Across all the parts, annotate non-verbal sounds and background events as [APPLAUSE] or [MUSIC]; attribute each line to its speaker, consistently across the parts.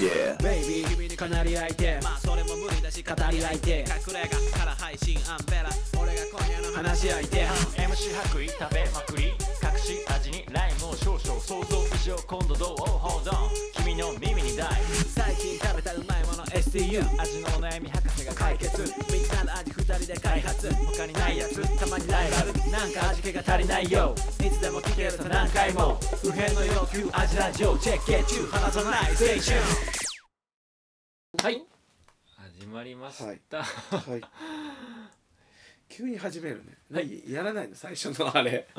Speaker 1: Yeah
Speaker 2: ベイビー君にかなり相手
Speaker 3: まあそれも無理だし語り合いて隠れ家から配信アンベラ俺が今夜の話
Speaker 2: 話し合い手
Speaker 4: MC 白衣食べまくり隠し味にライムを少々想像以上今度どう Hold on 君の耳に大
Speaker 3: 最近食べたうまいもの STU
Speaker 4: 味のお悩み博士が
Speaker 3: 解
Speaker 4: 解決
Speaker 3: 決みんなの味二人で開発他にないやつたまにライバルなんか味気が足りないよいつでも聞けると何回も不変の要求味ラジオチェックゲッチュー離さないステーション
Speaker 5: はい始まりました、
Speaker 1: はい急に始めるね、何やらないの最初のあれ [LAUGHS]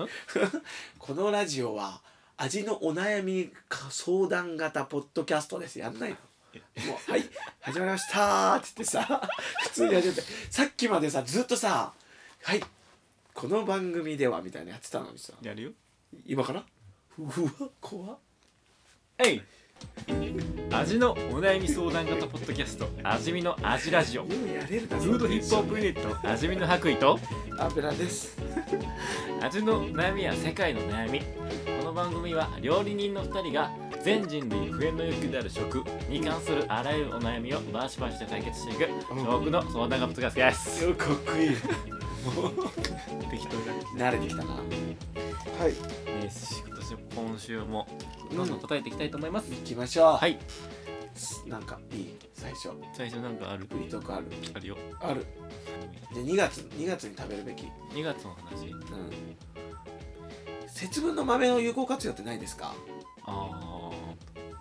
Speaker 1: このラジオは味のお悩み相談型ポッドキャストですやんないのもう「はい始まりました」って言ってさ [LAUGHS] 普通に始めてさっきまでさずっとさ「はいこの番組では」みたいなやってたのにさ
Speaker 4: やるよ
Speaker 1: 今からうわ怖っ
Speaker 4: えい味のお悩み相談型ポッドキャスト味見の味ラジオ
Speaker 1: ようやれるな
Speaker 4: フードヒップホップユニット味見の白衣と
Speaker 1: アベラです
Speaker 4: 味の悩みや世界の悩みこの番組は料理人の2人が全人類不縁の欲求である食に関するあらゆるお悩みをバシバシと解決していく食の相談がポッドキャストです
Speaker 1: よかっこいい
Speaker 4: 適当だ
Speaker 1: 慣れてきたなはい
Speaker 4: えー今年も今週もどんどん答えていきたいと思います、
Speaker 1: 行きましょう
Speaker 4: はい
Speaker 1: なんかいい最初
Speaker 4: 最初なんかある
Speaker 1: フリートークある
Speaker 4: あるよ
Speaker 1: あるで2月2月に食べるべきうん
Speaker 4: 2月の話
Speaker 1: 節分の豆の有効活用ってないですか
Speaker 4: あ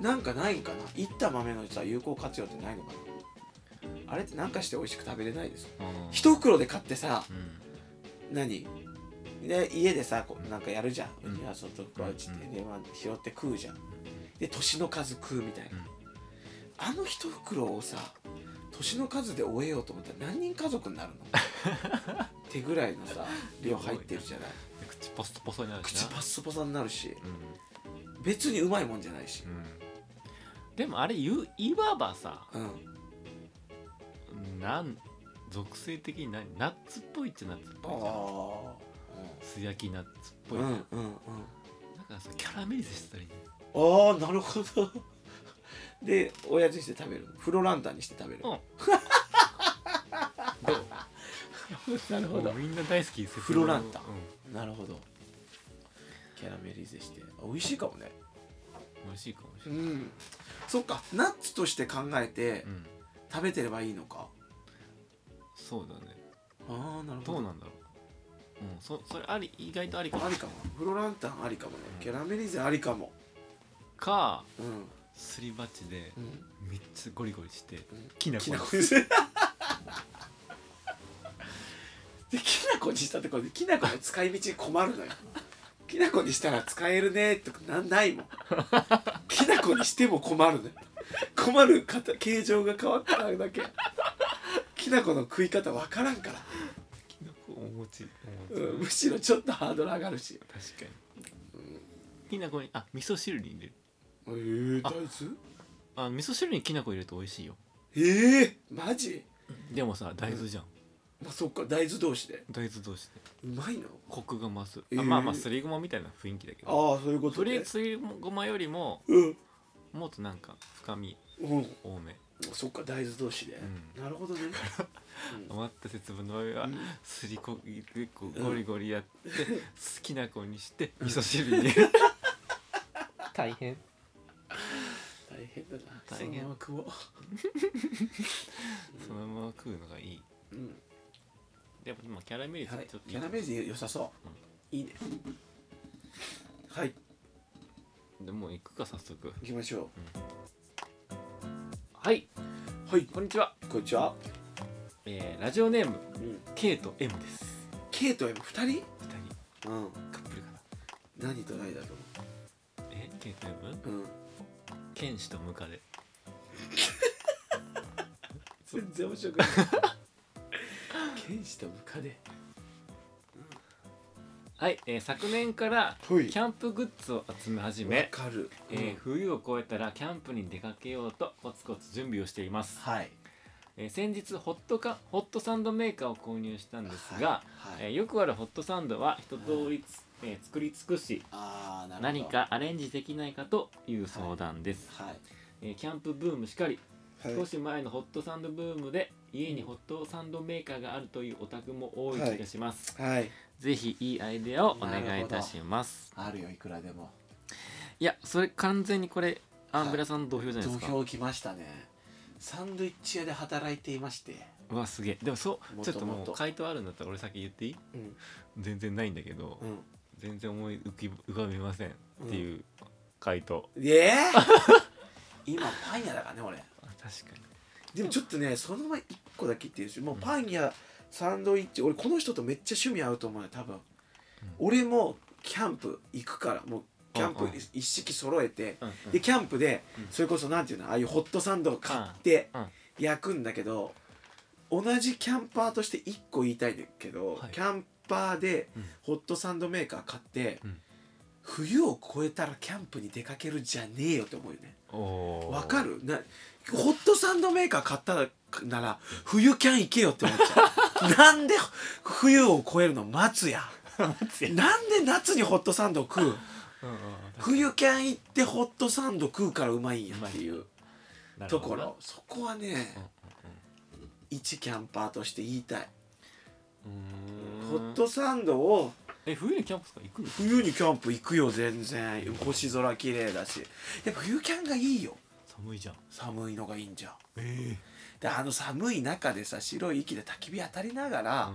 Speaker 1: なんかないんかないった豆の実は有効活用ってないのかなあれってなんかして美味しく食べれないです
Speaker 4: ーあー
Speaker 1: 一袋で買ってさ
Speaker 4: うん
Speaker 1: 何で家でさこうなんかやるじゃん
Speaker 4: うん
Speaker 1: 庭外こうやって
Speaker 4: うん
Speaker 1: でまあ拾って食うじゃんで年の数食うみたいな、あの一袋をさ年の数で終えようと思ったら何人家族になるの
Speaker 4: [LAUGHS]
Speaker 1: ってぐらいのさ量入ってるじゃない
Speaker 4: 口ポストポソになるしな
Speaker 1: 口パッソパサになるし
Speaker 4: う
Speaker 1: 別にうまいもんじゃないし
Speaker 4: ん、うん、でもあれ言ういわばさ
Speaker 1: うん
Speaker 4: なん属性的に何ナッツっぽいっちゃナッツっぽいじゃん
Speaker 1: あ
Speaker 4: 素焼きナッツっぽ
Speaker 1: う
Speaker 4: い、
Speaker 1: んう
Speaker 4: なんん、
Speaker 1: うんうん
Speaker 4: かさキャラメリゼしたり
Speaker 1: ああなるほど [LAUGHS] でおやつにして食べるフロランタンにして食べる、
Speaker 4: うん
Speaker 1: [LAUGHS] なるほど
Speaker 4: もうみんな大好き
Speaker 1: フロランタン
Speaker 4: うん
Speaker 1: なるほどキャラメリゼしてあ美味しいかもね
Speaker 4: 美味しいかもし
Speaker 1: う
Speaker 4: れない、
Speaker 1: んそっかナッツとして考えて
Speaker 4: うん、
Speaker 1: 食べてればいいのか
Speaker 4: そうだね
Speaker 1: ああなるほ
Speaker 4: ど
Speaker 1: ど
Speaker 4: うなんだろううんそそれあり意外とありか
Speaker 1: ありかもフロランタンありかもね
Speaker 4: うん
Speaker 1: キャラメリゼありかも
Speaker 4: か
Speaker 1: うん
Speaker 4: すり鉢で
Speaker 1: うん
Speaker 4: めっちゃゴリゴリして
Speaker 1: ん
Speaker 4: きな粉
Speaker 1: きなこにす [LAUGHS] るできなこにしたってことできなこの使い道に困るのよきなこにしたら使えるねとかなないもんきなこにしても困るのよ困る方形状が変わっただけきなこの食い方わからんから、
Speaker 4: きな粉お餅お餅、
Speaker 1: うんむしろちょっとハードル上がるし
Speaker 4: 確かにきな粉にあ味噌汁に入れる
Speaker 1: えー、
Speaker 4: あ
Speaker 1: 大豆
Speaker 4: あ味噌汁にきな粉入れると美味しいよ
Speaker 1: ええマジ
Speaker 4: でもさ大豆じゃん、
Speaker 1: まあ、そっか大豆同士で
Speaker 4: 大豆同士で
Speaker 1: うまいの
Speaker 4: コクが増す、
Speaker 1: えー
Speaker 4: あまあまあすりごまみたいな雰囲気だけど
Speaker 1: ああそういうこと
Speaker 4: りあえ
Speaker 1: ね
Speaker 4: ずすりごまよりも
Speaker 1: うん、
Speaker 4: もっとなんか深み
Speaker 1: うん、
Speaker 4: 多め
Speaker 1: そっか大豆同士で、
Speaker 4: う
Speaker 1: なるほどね
Speaker 4: 余った節分の上は
Speaker 1: うん
Speaker 4: すりこ結構ゴリゴリやって、好きな子にして味噌汁
Speaker 1: [LAUGHS]
Speaker 4: に入れる
Speaker 5: 大変
Speaker 1: [LAUGHS] 大変だな
Speaker 4: 大変
Speaker 1: そのまま食おう、
Speaker 4: そのまま食うのがいい
Speaker 1: うん
Speaker 4: でもまあキャラメリ
Speaker 1: はい
Speaker 4: ちょっといい
Speaker 1: キャラメリゼ良さそう、いいねはい
Speaker 4: でもう行くか早速
Speaker 1: 行きましょ
Speaker 4: はい、
Speaker 1: うはい
Speaker 4: こんにちは、
Speaker 1: こんにちは、
Speaker 4: えー、ラジオネーム
Speaker 1: うん、
Speaker 4: K と M です
Speaker 1: K と M 二人
Speaker 4: 二人
Speaker 1: うん
Speaker 4: カップルかな
Speaker 1: 何と何だと
Speaker 4: え K と M?
Speaker 1: 思う、うん、
Speaker 4: 剣士とムカデ
Speaker 1: 全然面
Speaker 4: [LAUGHS]
Speaker 1: 白くない剣士とムカデ
Speaker 4: はい、えー昨年からキ
Speaker 1: はい
Speaker 4: ャンプグッズを集め始
Speaker 1: わ
Speaker 4: め、
Speaker 1: かる、
Speaker 4: えー冬を越えたらキャンプに出かけようとコツコツ準備をしています、
Speaker 1: はい
Speaker 4: えー先日ホットかホットサンドメーカーを購入したんですが、
Speaker 1: はい
Speaker 4: えーよくあるホットサンドは一通りつ、えー作り尽くし
Speaker 1: ああなるほど
Speaker 4: 何かアレンジできないかという相談です、
Speaker 1: はい
Speaker 4: えーキャンプブームしかり
Speaker 1: はい
Speaker 4: 少し前のホットサンドブームで家にホットサンドメーカーがあるというお宅も多い気がします、
Speaker 1: はい
Speaker 4: ぜひいいアイデアをお願いいたします
Speaker 1: あるよいくらでも
Speaker 4: いやそれ完全にこれア
Speaker 1: はい
Speaker 4: ンブラさんの土俵じゃないで
Speaker 1: 投
Speaker 4: すか、
Speaker 1: 票来ましたねサンドイッチ屋で働いていまして
Speaker 4: うわすげえでもそう
Speaker 1: もっ
Speaker 4: ち
Speaker 1: と
Speaker 4: ょっと
Speaker 1: も
Speaker 4: も
Speaker 1: っ
Speaker 4: う
Speaker 1: と
Speaker 4: 回答あるんだったら俺先言っていい
Speaker 1: うん
Speaker 4: 全然ないんだけど、
Speaker 1: う
Speaker 4: 全然思い浮き浮かびませんっていう回答、
Speaker 1: んええ
Speaker 4: [LAUGHS]
Speaker 1: 今パン屋だからね俺
Speaker 4: あ確かに
Speaker 1: でもちょっとねその前一個だけ言っていいですよもうパンやサンドイッチ俺この人とめっちゃ趣味合うと思うよ多分、俺もキャンプ行くからもうキャン
Speaker 4: う
Speaker 1: プ
Speaker 4: んうん
Speaker 1: 一式揃えて、
Speaker 4: うんうん
Speaker 1: でキャンプで、
Speaker 4: うん
Speaker 1: それこそなんていうのああいうホットサンドを買って
Speaker 4: うんうん
Speaker 1: 焼くんだけど、同じキャンパーとして一個言いたいんだけど、
Speaker 4: はい
Speaker 1: キャンパーで
Speaker 4: うん
Speaker 1: ホットサンドメーカー買って、
Speaker 4: うん
Speaker 1: 冬を越えたらキャンプに出かけるじゃねえよって思うよね
Speaker 4: おー
Speaker 1: わかるなホットサンドメーカー買ったなら冬キャン行けよって思っち
Speaker 4: [LAUGHS]
Speaker 1: ゃうなんで冬を越えるの待つやなんで夏にホットサンドを食う
Speaker 4: うんうん
Speaker 1: 冬キャン行ってホットサンド食うからうまいんやっていう
Speaker 4: なる
Speaker 1: と
Speaker 4: ほど
Speaker 1: こ
Speaker 4: な
Speaker 1: ろそこはね一キャンパーとして言いたい
Speaker 4: うーん
Speaker 1: ホットサンドを
Speaker 4: え冬にキャンプとか行くの
Speaker 1: 冬にキャンプ行くよ全然星空綺麗だしやっぱ冬キャンがいいよ
Speaker 4: 寒いじゃん
Speaker 1: 寒いのがいいんじゃん、であの寒い中でさ白い息で焚き火当たりながら、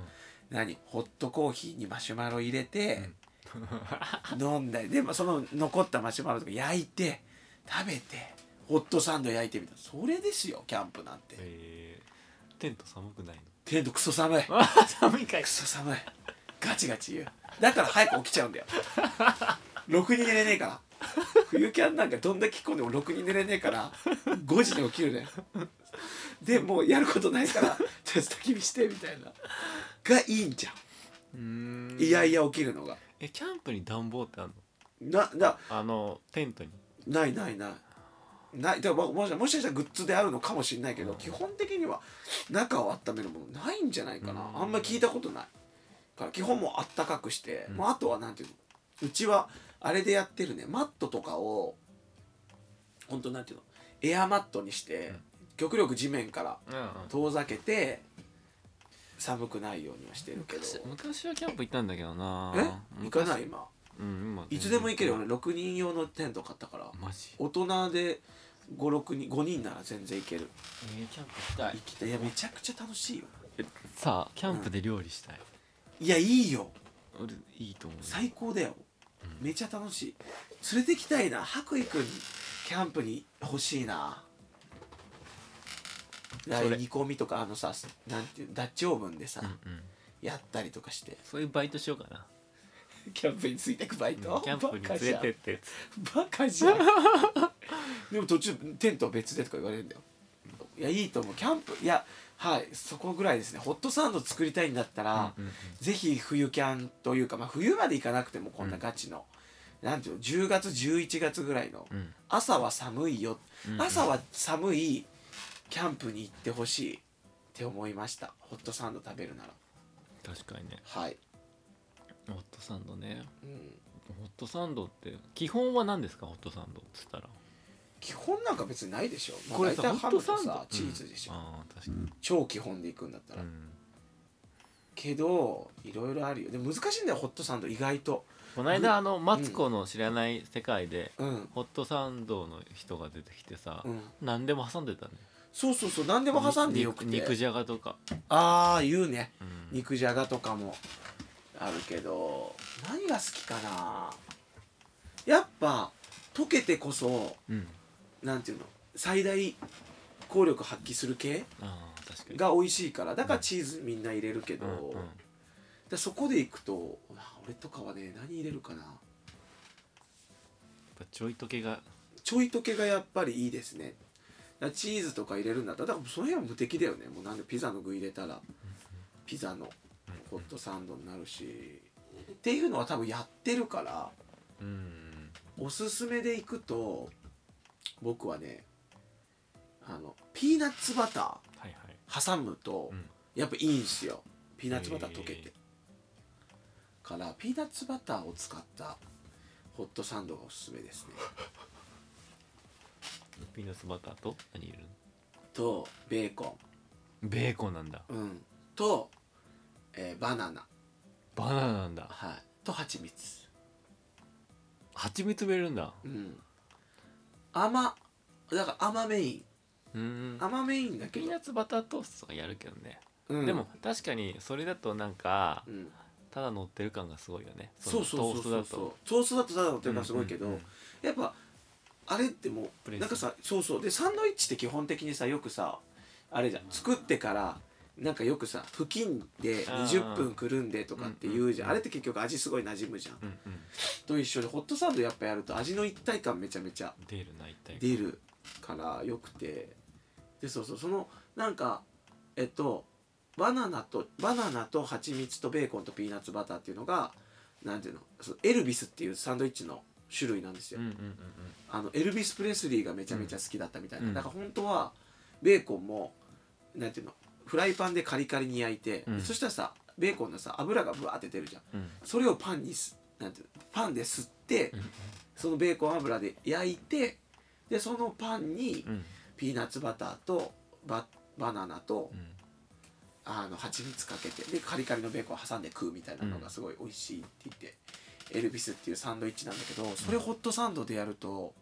Speaker 1: 何ホットコーヒーにマシュマロ入れて、 [LAUGHS] 飲んだりでもその残ったマシュマロとか焼いて食べてホットサンド焼いてみたそれですよキャンプなんて、
Speaker 4: えー、テント寒くないの
Speaker 1: けどクソ寒い
Speaker 4: あー寒いかい
Speaker 1: クソ寒いガチガチ言うだから早く起きちゃうんだよろくに寝れねえから冬キャンなんかどんだけ着込んでもろくに寝れねえから5時に起きるねでもうやることないからちょっと焚き火してみたいながいいんじゃ
Speaker 4: うーん
Speaker 1: んいやいや起きるのが
Speaker 4: えキャンプに暖房ってあるの
Speaker 1: なな
Speaker 4: あのテントに
Speaker 1: ないないないないでももしもしかしたらグッズであるのかもしれないけど基本的には中を温めるものないんじゃないかな
Speaker 4: うん
Speaker 1: あんま聞いたことないから基本もうあったかくして、
Speaker 4: うん
Speaker 1: もうあとはなんていうのうちはあれでやってるねマットとかをほんとなんていうのエアマットにして、
Speaker 4: ん
Speaker 1: 極力地面から
Speaker 4: うんうん
Speaker 1: 遠ざけて寒くないようにはしてるけど
Speaker 4: 昔昔はキャンプ行ったんだけどな
Speaker 1: え行かないい今
Speaker 4: うん今
Speaker 1: いつでも行けるよね6人用のテント買ったから
Speaker 4: マジ
Speaker 1: 大人で56人5人なら全然いける
Speaker 4: えー、キャンプした
Speaker 1: 生きていやめちゃくちゃ楽しいよ
Speaker 4: さあキャンプで料理したい、
Speaker 1: いやいいよ
Speaker 4: 俺いいと思う
Speaker 1: 最高だよめちゃ楽しい連れてきたいな白衣くんキャンプに欲しいな
Speaker 4: れ
Speaker 1: あれ煮込みとかあのさなんていうダッチオーブンでさ、
Speaker 4: うんうん
Speaker 1: やったりとかして
Speaker 4: そういうバイトしようかな
Speaker 1: キャンプについてくバイ
Speaker 4: キ
Speaker 1: ト
Speaker 4: ャンプに連れてって
Speaker 1: バカじゃんでも途中テントは別でとか言われるんだよいやいいと思うキャンプいやはいそこぐらいですねホットサンド作りたいんだったら、
Speaker 4: うんうん
Speaker 1: ぜひ冬キャンというか、まあ、冬まで行かなくてもこんなガチの、なんていうの10月11月ぐらいの、
Speaker 4: うん
Speaker 1: 朝は寒いよ、
Speaker 4: うんうん
Speaker 1: 朝は寒いキャンプに行ってほしいって思いましたホットサンド食べるなら
Speaker 4: 確かにね
Speaker 1: はい、
Speaker 4: ホットサンドね
Speaker 1: うん、
Speaker 4: ホットサンドって基本は何ですかホットサンドっつったら
Speaker 1: 基本なんか別にないでしょ、まあ、
Speaker 4: これ
Speaker 1: 大
Speaker 4: さ
Speaker 1: 体ハムと
Speaker 4: ホットサン
Speaker 1: さ
Speaker 4: ド
Speaker 1: チーズでしょ、
Speaker 4: ああ確かに、
Speaker 1: 超基本で行くんだった
Speaker 4: う
Speaker 1: ら、
Speaker 4: ん、
Speaker 1: けどいろいろあるよでも難しいんだよホットサンド意外と
Speaker 4: この間あのマツコの知らない世界で、
Speaker 1: うん
Speaker 4: ホットサンドの人が出てきてさ、
Speaker 1: うん
Speaker 4: 何でも挟んでたね
Speaker 1: そうそうそう何でも挟んでよくて
Speaker 4: 肉肉じゃがとか、
Speaker 1: ああ言うね
Speaker 4: うん
Speaker 1: 肉じゃがとかもあるけど何が好きかなやっぱ溶けてこそ
Speaker 4: うん、
Speaker 1: なんていうの最大効力発揮する系
Speaker 4: ああ確かに
Speaker 1: が美味しいからだからチーズみんな入れるけど、
Speaker 4: うんうん
Speaker 1: でそこでいくとあ俺とかはね何入れるかな
Speaker 4: やっぱちょいとけが
Speaker 1: ちょい溶けがやっぱりいいですねだからチーズとか入れるんだったらだからその辺は無敵だよねもうなんでピザの具入れたらピザのホットサンドになるしっていうのは多分やってるから
Speaker 4: うん
Speaker 1: おすすめでいくと僕はねあのピーナッツバタ
Speaker 4: はいはい
Speaker 1: ー挟むと
Speaker 4: うん
Speaker 1: やっぱいいんすよピーナッツバター溶けてからピーナッツバターを使ったホットサンドがおすすめですね
Speaker 4: ピーナッツバターと何入れる
Speaker 1: とベーコ
Speaker 4: のベーコンなんだ
Speaker 1: ン、うん、と、えーバナナ、
Speaker 4: バナナなんだ
Speaker 1: はい、と蜂蜜、
Speaker 4: 蜂蜜も入れるんだ
Speaker 1: うん、甘だから甘メイ
Speaker 4: う
Speaker 1: ン
Speaker 4: ーん
Speaker 1: 甘メインだけ
Speaker 4: ピー
Speaker 1: ど
Speaker 4: ナッツバタートーストとかやるけどね、
Speaker 1: うん
Speaker 4: でも確かにそれだとなんか
Speaker 1: うん
Speaker 4: ただ乗ってる感がすごいよね
Speaker 1: そうそうそうそうそうトーストだとただの手がすごいけど、
Speaker 4: うんうんうん
Speaker 1: やっぱあれっても
Speaker 4: プレ
Speaker 1: う
Speaker 4: ー
Speaker 1: なんかさそうそうでサンドイッチって基本的にさよくさあれじゃん作ってからなんかよくさ布巾で
Speaker 4: あー
Speaker 1: 20分くるんでとかって言うじゃんあれって結局味すごい馴染むじゃん
Speaker 4: うんうん
Speaker 1: と一緒でホットサンドやっぱやると味の一体感めちゃめちゃ
Speaker 4: 出るな一体
Speaker 1: 出るからよくてでそうそうそのなんかえっとバナナとバナナと蜂蜜とベーコンとピーナッツバターっていうのがなんていうのそのエルビスっていうサンドイッチの種類なんですよ、
Speaker 4: うんうんうんうん
Speaker 1: あのエルビス・プレスリーがめちゃめちゃ好きだったみたいな、
Speaker 4: うん
Speaker 1: だから本当はベーコンもなんていうのフライパンでカリカリに焼いて、
Speaker 4: うん
Speaker 1: そしたらさベーコンのさ油がぶわーって出るじゃん
Speaker 4: うん
Speaker 1: それをパンにすなんていうのパンで吸ってそのベーコン油で焼いてでそのパンに
Speaker 4: うん
Speaker 1: ピーナッツバターとババナナと、
Speaker 4: うん
Speaker 1: あの蜂蜜かけてでカリカリのベーコン挟んで食うみたいなのがすごい美味しいって言って、エルビスっていうサンドイッチなんだけどそれホットサンドでやると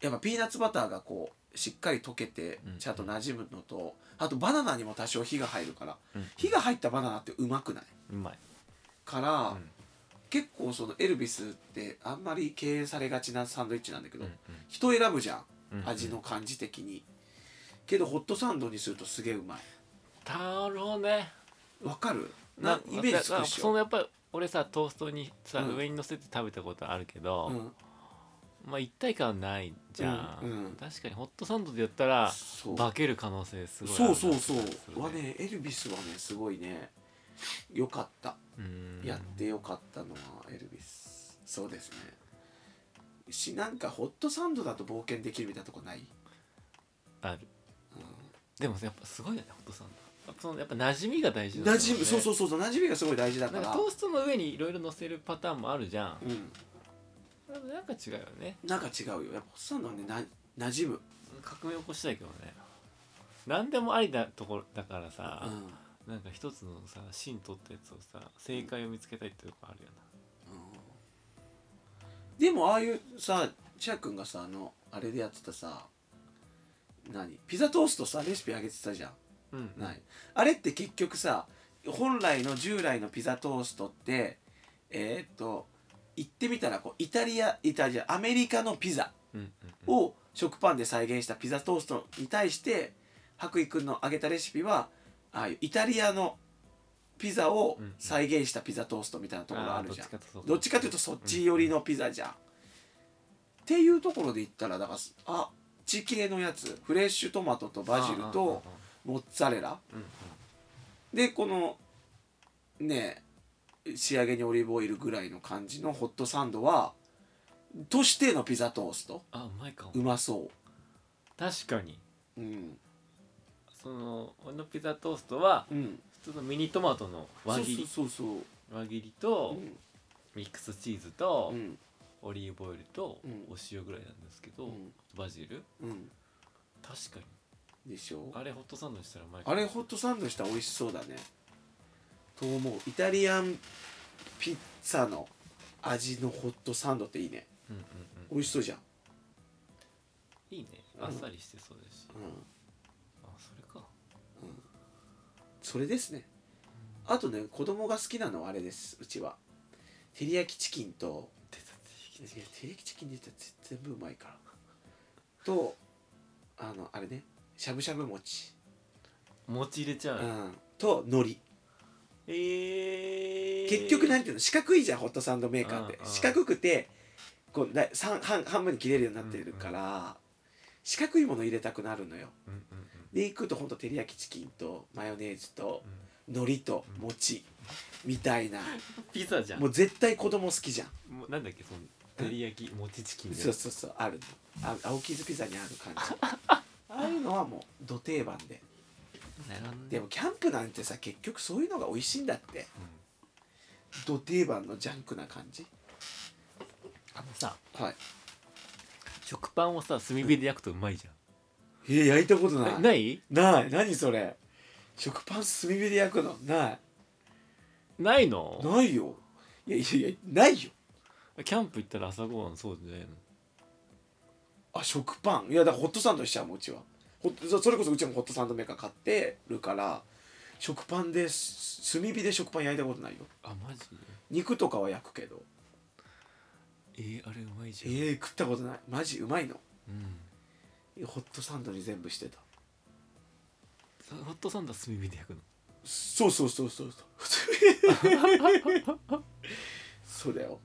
Speaker 1: やっぱピーナッツバターがこうしっかり溶けて
Speaker 4: うん
Speaker 1: ちゃんと馴染むのと、あとバナナにも多少火が入るから、
Speaker 4: うん
Speaker 1: 火が入ったバナナってうまくないう
Speaker 4: まい
Speaker 1: から、
Speaker 4: うん
Speaker 1: 結構そのエルビスってあんまり敬遠されがちなサンドイッチなんだけど、
Speaker 4: うん
Speaker 1: 人選ぶじゃん
Speaker 4: うんうん
Speaker 1: 味の感じ的に、けどホットサンドにするとすげえうまい
Speaker 4: だろうね
Speaker 1: わかるなイメージつく
Speaker 4: だ
Speaker 1: っしょ
Speaker 4: そのやっぱり俺さトーストにさ、
Speaker 1: うん
Speaker 4: 上に乗せて食べたことあるけど、
Speaker 1: うん
Speaker 4: まあ一体感はないじゃん、
Speaker 1: うんうん
Speaker 4: 確かにホットサンドでやったら
Speaker 1: そう
Speaker 4: 化ける可能性すごいある
Speaker 1: そ
Speaker 4: な
Speaker 1: うそうそう
Speaker 4: 気がする
Speaker 1: はねエルビスはねすごいねよかった、
Speaker 4: うん
Speaker 1: やってよかったのはエルビスそうですねしなんかホットサンドだと冒険できるみたいなとこない
Speaker 4: ある、でもさやっぱすごいよねホットサンドやっぱそのやっぱ馴染みが大事
Speaker 1: 馴染むそうそううそうそう馴染みがすごい大事だか
Speaker 4: なん
Speaker 1: ら
Speaker 4: かトーストの上にいろいろ乗せるパターンもあるじゃん
Speaker 1: うん
Speaker 4: なんか違うよね
Speaker 1: なんか違うよやっぱホットサンドはねな馴染む、
Speaker 4: 革命起こしたいけどね何でもありだところだからさ
Speaker 1: う、ん
Speaker 4: なんか一つのさ芯取ったやつをさ正解を見つけたいってとこあるよ
Speaker 1: でもああいうさ千秋君がさあのあれでやってたさ何ピザトーストさレシピあげてたじゃん
Speaker 4: なうん
Speaker 1: ない、あれって結局さ本来の従来のピザトーストってえーっと言ってみたらこうイタリアイタリアアメリカのピザ
Speaker 4: うんうん
Speaker 1: を食パンで再現したピザトーストに対して白衣くんの挙げたレシピはああいうイタリアのピザを
Speaker 4: うんうん
Speaker 1: 再現したピザトーストみたいなところあるじゃん、
Speaker 4: あーどっちかとそう
Speaker 1: どっちかというとそっち寄りのピザじゃん、っていうところで言ったらだからあっち系のやつフレッシュトマトとバジルとモッツァレラ
Speaker 4: うんうん
Speaker 1: でこのね仕上げにオリーブオイルぐらいの感じのホットサンドはとしてのピザトースト
Speaker 4: あうまいかも
Speaker 1: うまそ
Speaker 4: 確かに
Speaker 1: ううん
Speaker 4: その俺のピザトーストは
Speaker 1: うん
Speaker 4: 普通のミニトマトの輪切り
Speaker 1: そうそう
Speaker 4: 輪切り
Speaker 1: そう
Speaker 4: と
Speaker 1: うん
Speaker 4: ミックスチーズと
Speaker 1: うん
Speaker 4: オリーブオイルと
Speaker 1: うん
Speaker 4: お塩ぐらいなんですけど
Speaker 1: うん
Speaker 4: バジル
Speaker 1: うん
Speaker 4: 確かに
Speaker 1: でしょ
Speaker 4: あれホットサンドにしたらうまいか
Speaker 1: あ
Speaker 4: も
Speaker 1: れホットサンドしたら美味しそうだねと思うイタリアンピッツァの味のホットサンドっていいね
Speaker 4: うんうんうん
Speaker 1: 美味しそうじゃん、
Speaker 4: いいねあっさりしてそうですし
Speaker 1: うん、
Speaker 4: あそれか
Speaker 1: それですねあとね子供が好きなのはあれですうちは照り焼きチキンと
Speaker 4: 出た出
Speaker 1: いや照り焼きチキンで言ったら全部うまいからとあのあれねしゃぶしゃぶ餅、
Speaker 4: た餅入れちゃ
Speaker 1: う、
Speaker 4: うん
Speaker 1: と海苔
Speaker 4: ええ
Speaker 1: 結局なんていうの四角いじゃんホットサンドメーカーって
Speaker 4: うんうん
Speaker 1: 四角くてこうな三半半分に切れるようになってるから、四角いもの入れたくなるのよ
Speaker 4: うんうんうん
Speaker 1: で行くとほんと照り焼きチキンとマヨネーズと海苔と餅みたいな
Speaker 4: ピザじゃん
Speaker 1: も
Speaker 4: も
Speaker 1: う絶対子供好きじゃん
Speaker 4: うなんだっけその照り焼き餅チキン
Speaker 1: そうそうそうあるのあ青キズピザにある感じああいうのはもうど定番で
Speaker 4: なるほどね
Speaker 1: でもキャンプなんてさ結局そういうのが美味しいんだって、ど定番のジャンクな感じ
Speaker 4: あのさ
Speaker 1: はい
Speaker 4: 食パンをさ炭火で焼くとうまいじ
Speaker 1: えー焼いたこと
Speaker 4: ゃん、
Speaker 1: ない
Speaker 4: えない
Speaker 1: ない何それ食パン炭火で焼くのない
Speaker 4: ないの
Speaker 1: ないよいやいやいやないよ
Speaker 4: キャンプ行ったら朝ごはんそうじゃないの
Speaker 1: あ食パンいやだからホットサンドしちゃうもんうちはホットそそれこそうちもホットサンドメーカー買ってるから食パンです炭火で食パン焼いたことないよ
Speaker 4: あマジ
Speaker 1: 肉とかは焼くけど
Speaker 4: えー、あれうまいじ
Speaker 1: え
Speaker 4: ゃん、
Speaker 1: ー、食ったことないマジうまいの
Speaker 4: うん
Speaker 1: ホットサンドに全部してた
Speaker 4: さホットサンドは炭火で焼くの
Speaker 1: そうそうそうそうそう [LAUGHS]
Speaker 4: [LAUGHS]
Speaker 1: そうだよ、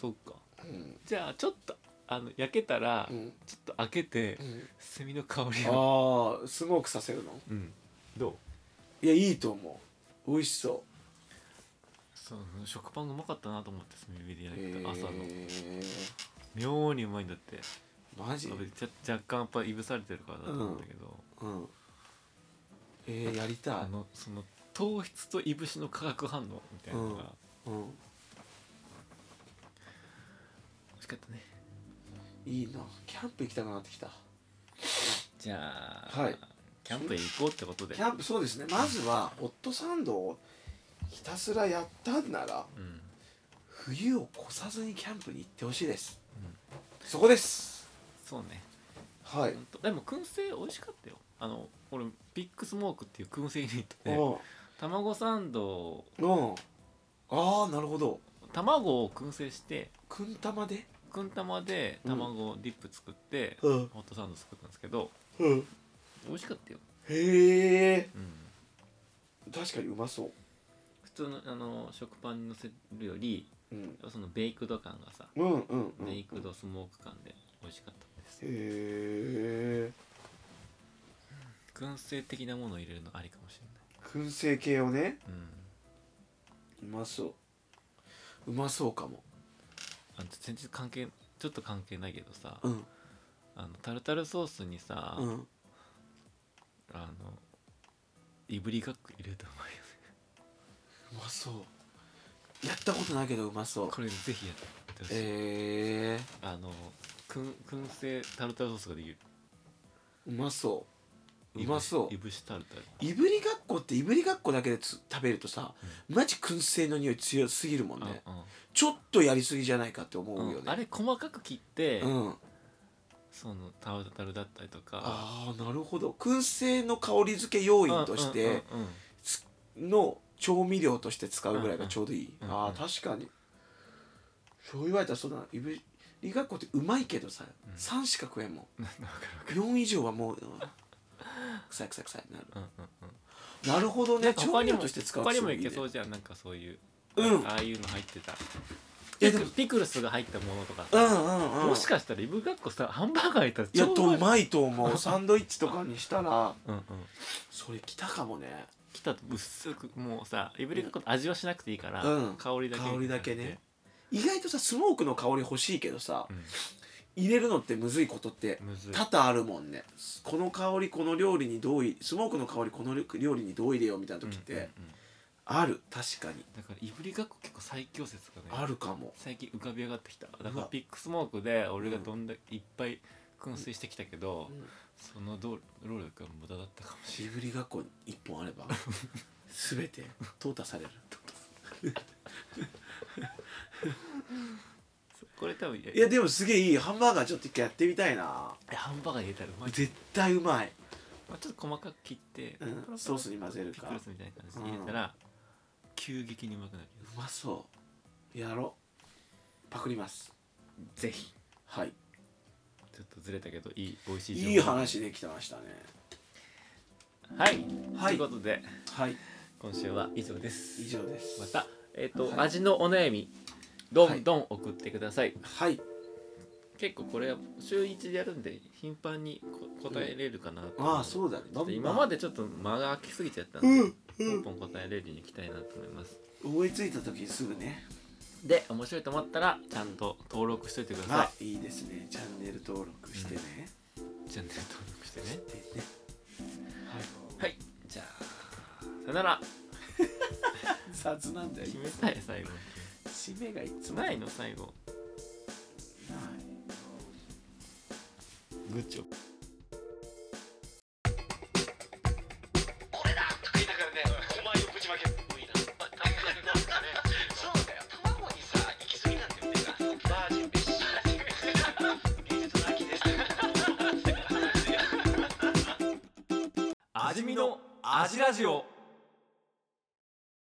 Speaker 4: そっか
Speaker 1: うん
Speaker 4: じゃあちょっとあの焼けたら、
Speaker 1: うん
Speaker 4: ちょっと開けて
Speaker 1: うん
Speaker 4: 炭の香りを
Speaker 1: ああスモークさせるの
Speaker 4: うんどう
Speaker 1: いやいいと思う美味しそう
Speaker 4: その食パンがうまかったなと思って炭火で焼いた朝の、
Speaker 1: えー
Speaker 4: 妙にうまいんだって
Speaker 1: マジ、
Speaker 4: ちょ若干やっぱいぶされてるからだと思うんだけど、
Speaker 1: うん、えー、やりた
Speaker 4: あ
Speaker 1: い、
Speaker 4: のその糖質といぶしの化学反応みたいなのが、
Speaker 1: うんうん、
Speaker 4: 美味しかったね
Speaker 1: いいなキャンプ行きたくなってきた
Speaker 4: じゃあ、
Speaker 1: はい
Speaker 4: キャンプへ行こうってことで
Speaker 1: キャンプそうですねまずはホットサンドをひたすらやったんなら
Speaker 4: うん、
Speaker 1: 冬を越さずにキャンプに行ってほしいです、そこです
Speaker 4: そうね
Speaker 1: はい、
Speaker 4: ほんとでも燻製美味しかったよあの俺ビッグスモークっていう燻製ユニット
Speaker 1: う
Speaker 4: で
Speaker 1: ん
Speaker 4: 卵サンド
Speaker 1: うんああなるほど
Speaker 4: 卵を燻製して
Speaker 1: くん玉で
Speaker 4: くん玉で卵ディップ作って、
Speaker 1: うん
Speaker 4: ホットサンド作ったんですけど
Speaker 1: うん
Speaker 4: 美味しかったよ、
Speaker 1: へえ
Speaker 4: うん、
Speaker 1: 確かにうまそう
Speaker 4: 普通のあの食パンにのせるより
Speaker 1: うん
Speaker 4: そのベイクド感がさ
Speaker 1: うんうんうん
Speaker 4: ベイクドスモーク感で美味しかったです
Speaker 1: へえ
Speaker 4: 燻製的なものを入れるのありかもしれ
Speaker 1: 燻製系をね
Speaker 4: ないうん
Speaker 1: うまそううまそうかも
Speaker 4: あの全然関係ちょっと関係ないけどさ
Speaker 1: うん
Speaker 4: あのタルタルソースにさ、
Speaker 1: うん
Speaker 4: あのいぶりがっこ入れたうまいよね
Speaker 1: うまそうやったことないけどうまそう
Speaker 4: これぜひやってほしい、
Speaker 1: え
Speaker 4: あのくん燻製タルタルソースができる
Speaker 1: ー、うまそううまそ
Speaker 4: いぶしいぶしタルタル
Speaker 1: ういぶりがっこっていぶりがっこだけでつ食べるとさ、マジ燻製の匂い強すぎるもんね、
Speaker 4: う
Speaker 1: ちょっとやりすぎじゃないかって思
Speaker 4: んうん
Speaker 1: うよね、
Speaker 4: あれ細かく切って、
Speaker 1: うん
Speaker 4: そのタルタルだったりとか
Speaker 1: ああなるほど燻製の香り付け要因として
Speaker 4: うんうんうんうん
Speaker 1: の調味料として使うぐらいがちょうどいい、
Speaker 4: うんうん
Speaker 1: ああ確かにそう言われたらそうだないぶりがっこってうまいけどさ、三3しか食えんもん4以上はもううん臭い臭い臭いなる
Speaker 4: うんうんうん
Speaker 1: なるほどね調
Speaker 4: 他
Speaker 1: 味
Speaker 4: に
Speaker 1: 料
Speaker 4: も
Speaker 1: として使う
Speaker 4: 他にもいけ
Speaker 1: う
Speaker 4: そうじゃんなんかそういう、
Speaker 1: うん
Speaker 4: ああいうの入ってたピ
Speaker 1: やで
Speaker 4: ク
Speaker 1: も
Speaker 4: ピクルスが入ったものとか
Speaker 1: う
Speaker 4: さ、
Speaker 1: んうんうん
Speaker 4: もしかしたらイブガッコさハンバーガー入ったら
Speaker 1: いやとう
Speaker 4: うまい
Speaker 1: まいと思うサンドイッチとかにしたら
Speaker 4: うんうん
Speaker 1: それきたかもね
Speaker 4: 来たと薄くもうさイブリガッコって味はしなくていいから、
Speaker 1: うん
Speaker 4: 香りだけ
Speaker 1: 香りだけね意外とさスモークの香り欲しいけどさ、入れるのってむずいことって
Speaker 4: むずい
Speaker 1: 多々あるもんねこの香りこの料理にどういスモークの香りこの料理にどう入れようみたいな時っ
Speaker 4: うんうんう
Speaker 1: て
Speaker 4: ん
Speaker 1: ある確かに
Speaker 4: だからイブリガッコ結構最強説がね
Speaker 1: あるかも
Speaker 4: 最近浮かび上がってきただ
Speaker 1: う
Speaker 4: から
Speaker 1: わ
Speaker 4: ピックスモークで俺がどんだけいっぱい燻製してきたけど、
Speaker 1: うん
Speaker 4: そのど労力が無駄だったかもし
Speaker 1: ジブリ学校に一本あれば
Speaker 4: [LAUGHS]
Speaker 1: 全て淘汰される
Speaker 4: れないこれ多分いや
Speaker 1: いやでもすげえいいハンバーガーちょっと一回やってみたいな
Speaker 4: ハンバーガー入れたらうまい
Speaker 1: 絶対うまい、
Speaker 4: まあ、ちょっと細かく切って、
Speaker 1: うん
Speaker 4: パラパラ
Speaker 1: ソースに混ぜるか
Speaker 4: ピクルスみたいな感じで入れたら、急激にうまくなるよ
Speaker 1: うまそうやろうパクります
Speaker 4: ぜひ
Speaker 1: はい
Speaker 4: ちょっとずれたけどいい美味しい情報
Speaker 1: いい話できてましたね
Speaker 4: はい、
Speaker 1: はい
Speaker 4: ということで
Speaker 1: はい
Speaker 4: 今週は以上です
Speaker 1: 以上です
Speaker 4: またえっ、と、
Speaker 1: はい
Speaker 4: 味のお悩みどんどん送ってください、
Speaker 1: はい
Speaker 4: 結構これは週1でやるんで頻繁にこ答えれるかなと思う
Speaker 1: ああそうだね
Speaker 4: ちょっと今ま
Speaker 1: で
Speaker 4: でちょっと間が空きすぎちゃったんで、ポンポン答えれるようにいきたいなと思います
Speaker 1: 思いついた時にすぐね
Speaker 4: で面白いと思ったらちゃんと登録しといてください、
Speaker 1: いいいですねチャンネル登録してね、
Speaker 4: チャンネル登録してね
Speaker 1: でね
Speaker 4: はいじゃあさよなら
Speaker 1: 雑なんだよ
Speaker 4: 決めたい最後
Speaker 1: 締めがいつ
Speaker 4: ないの最後
Speaker 1: ない愚痴を
Speaker 4: [LAUGHS] 味見の味ラジオ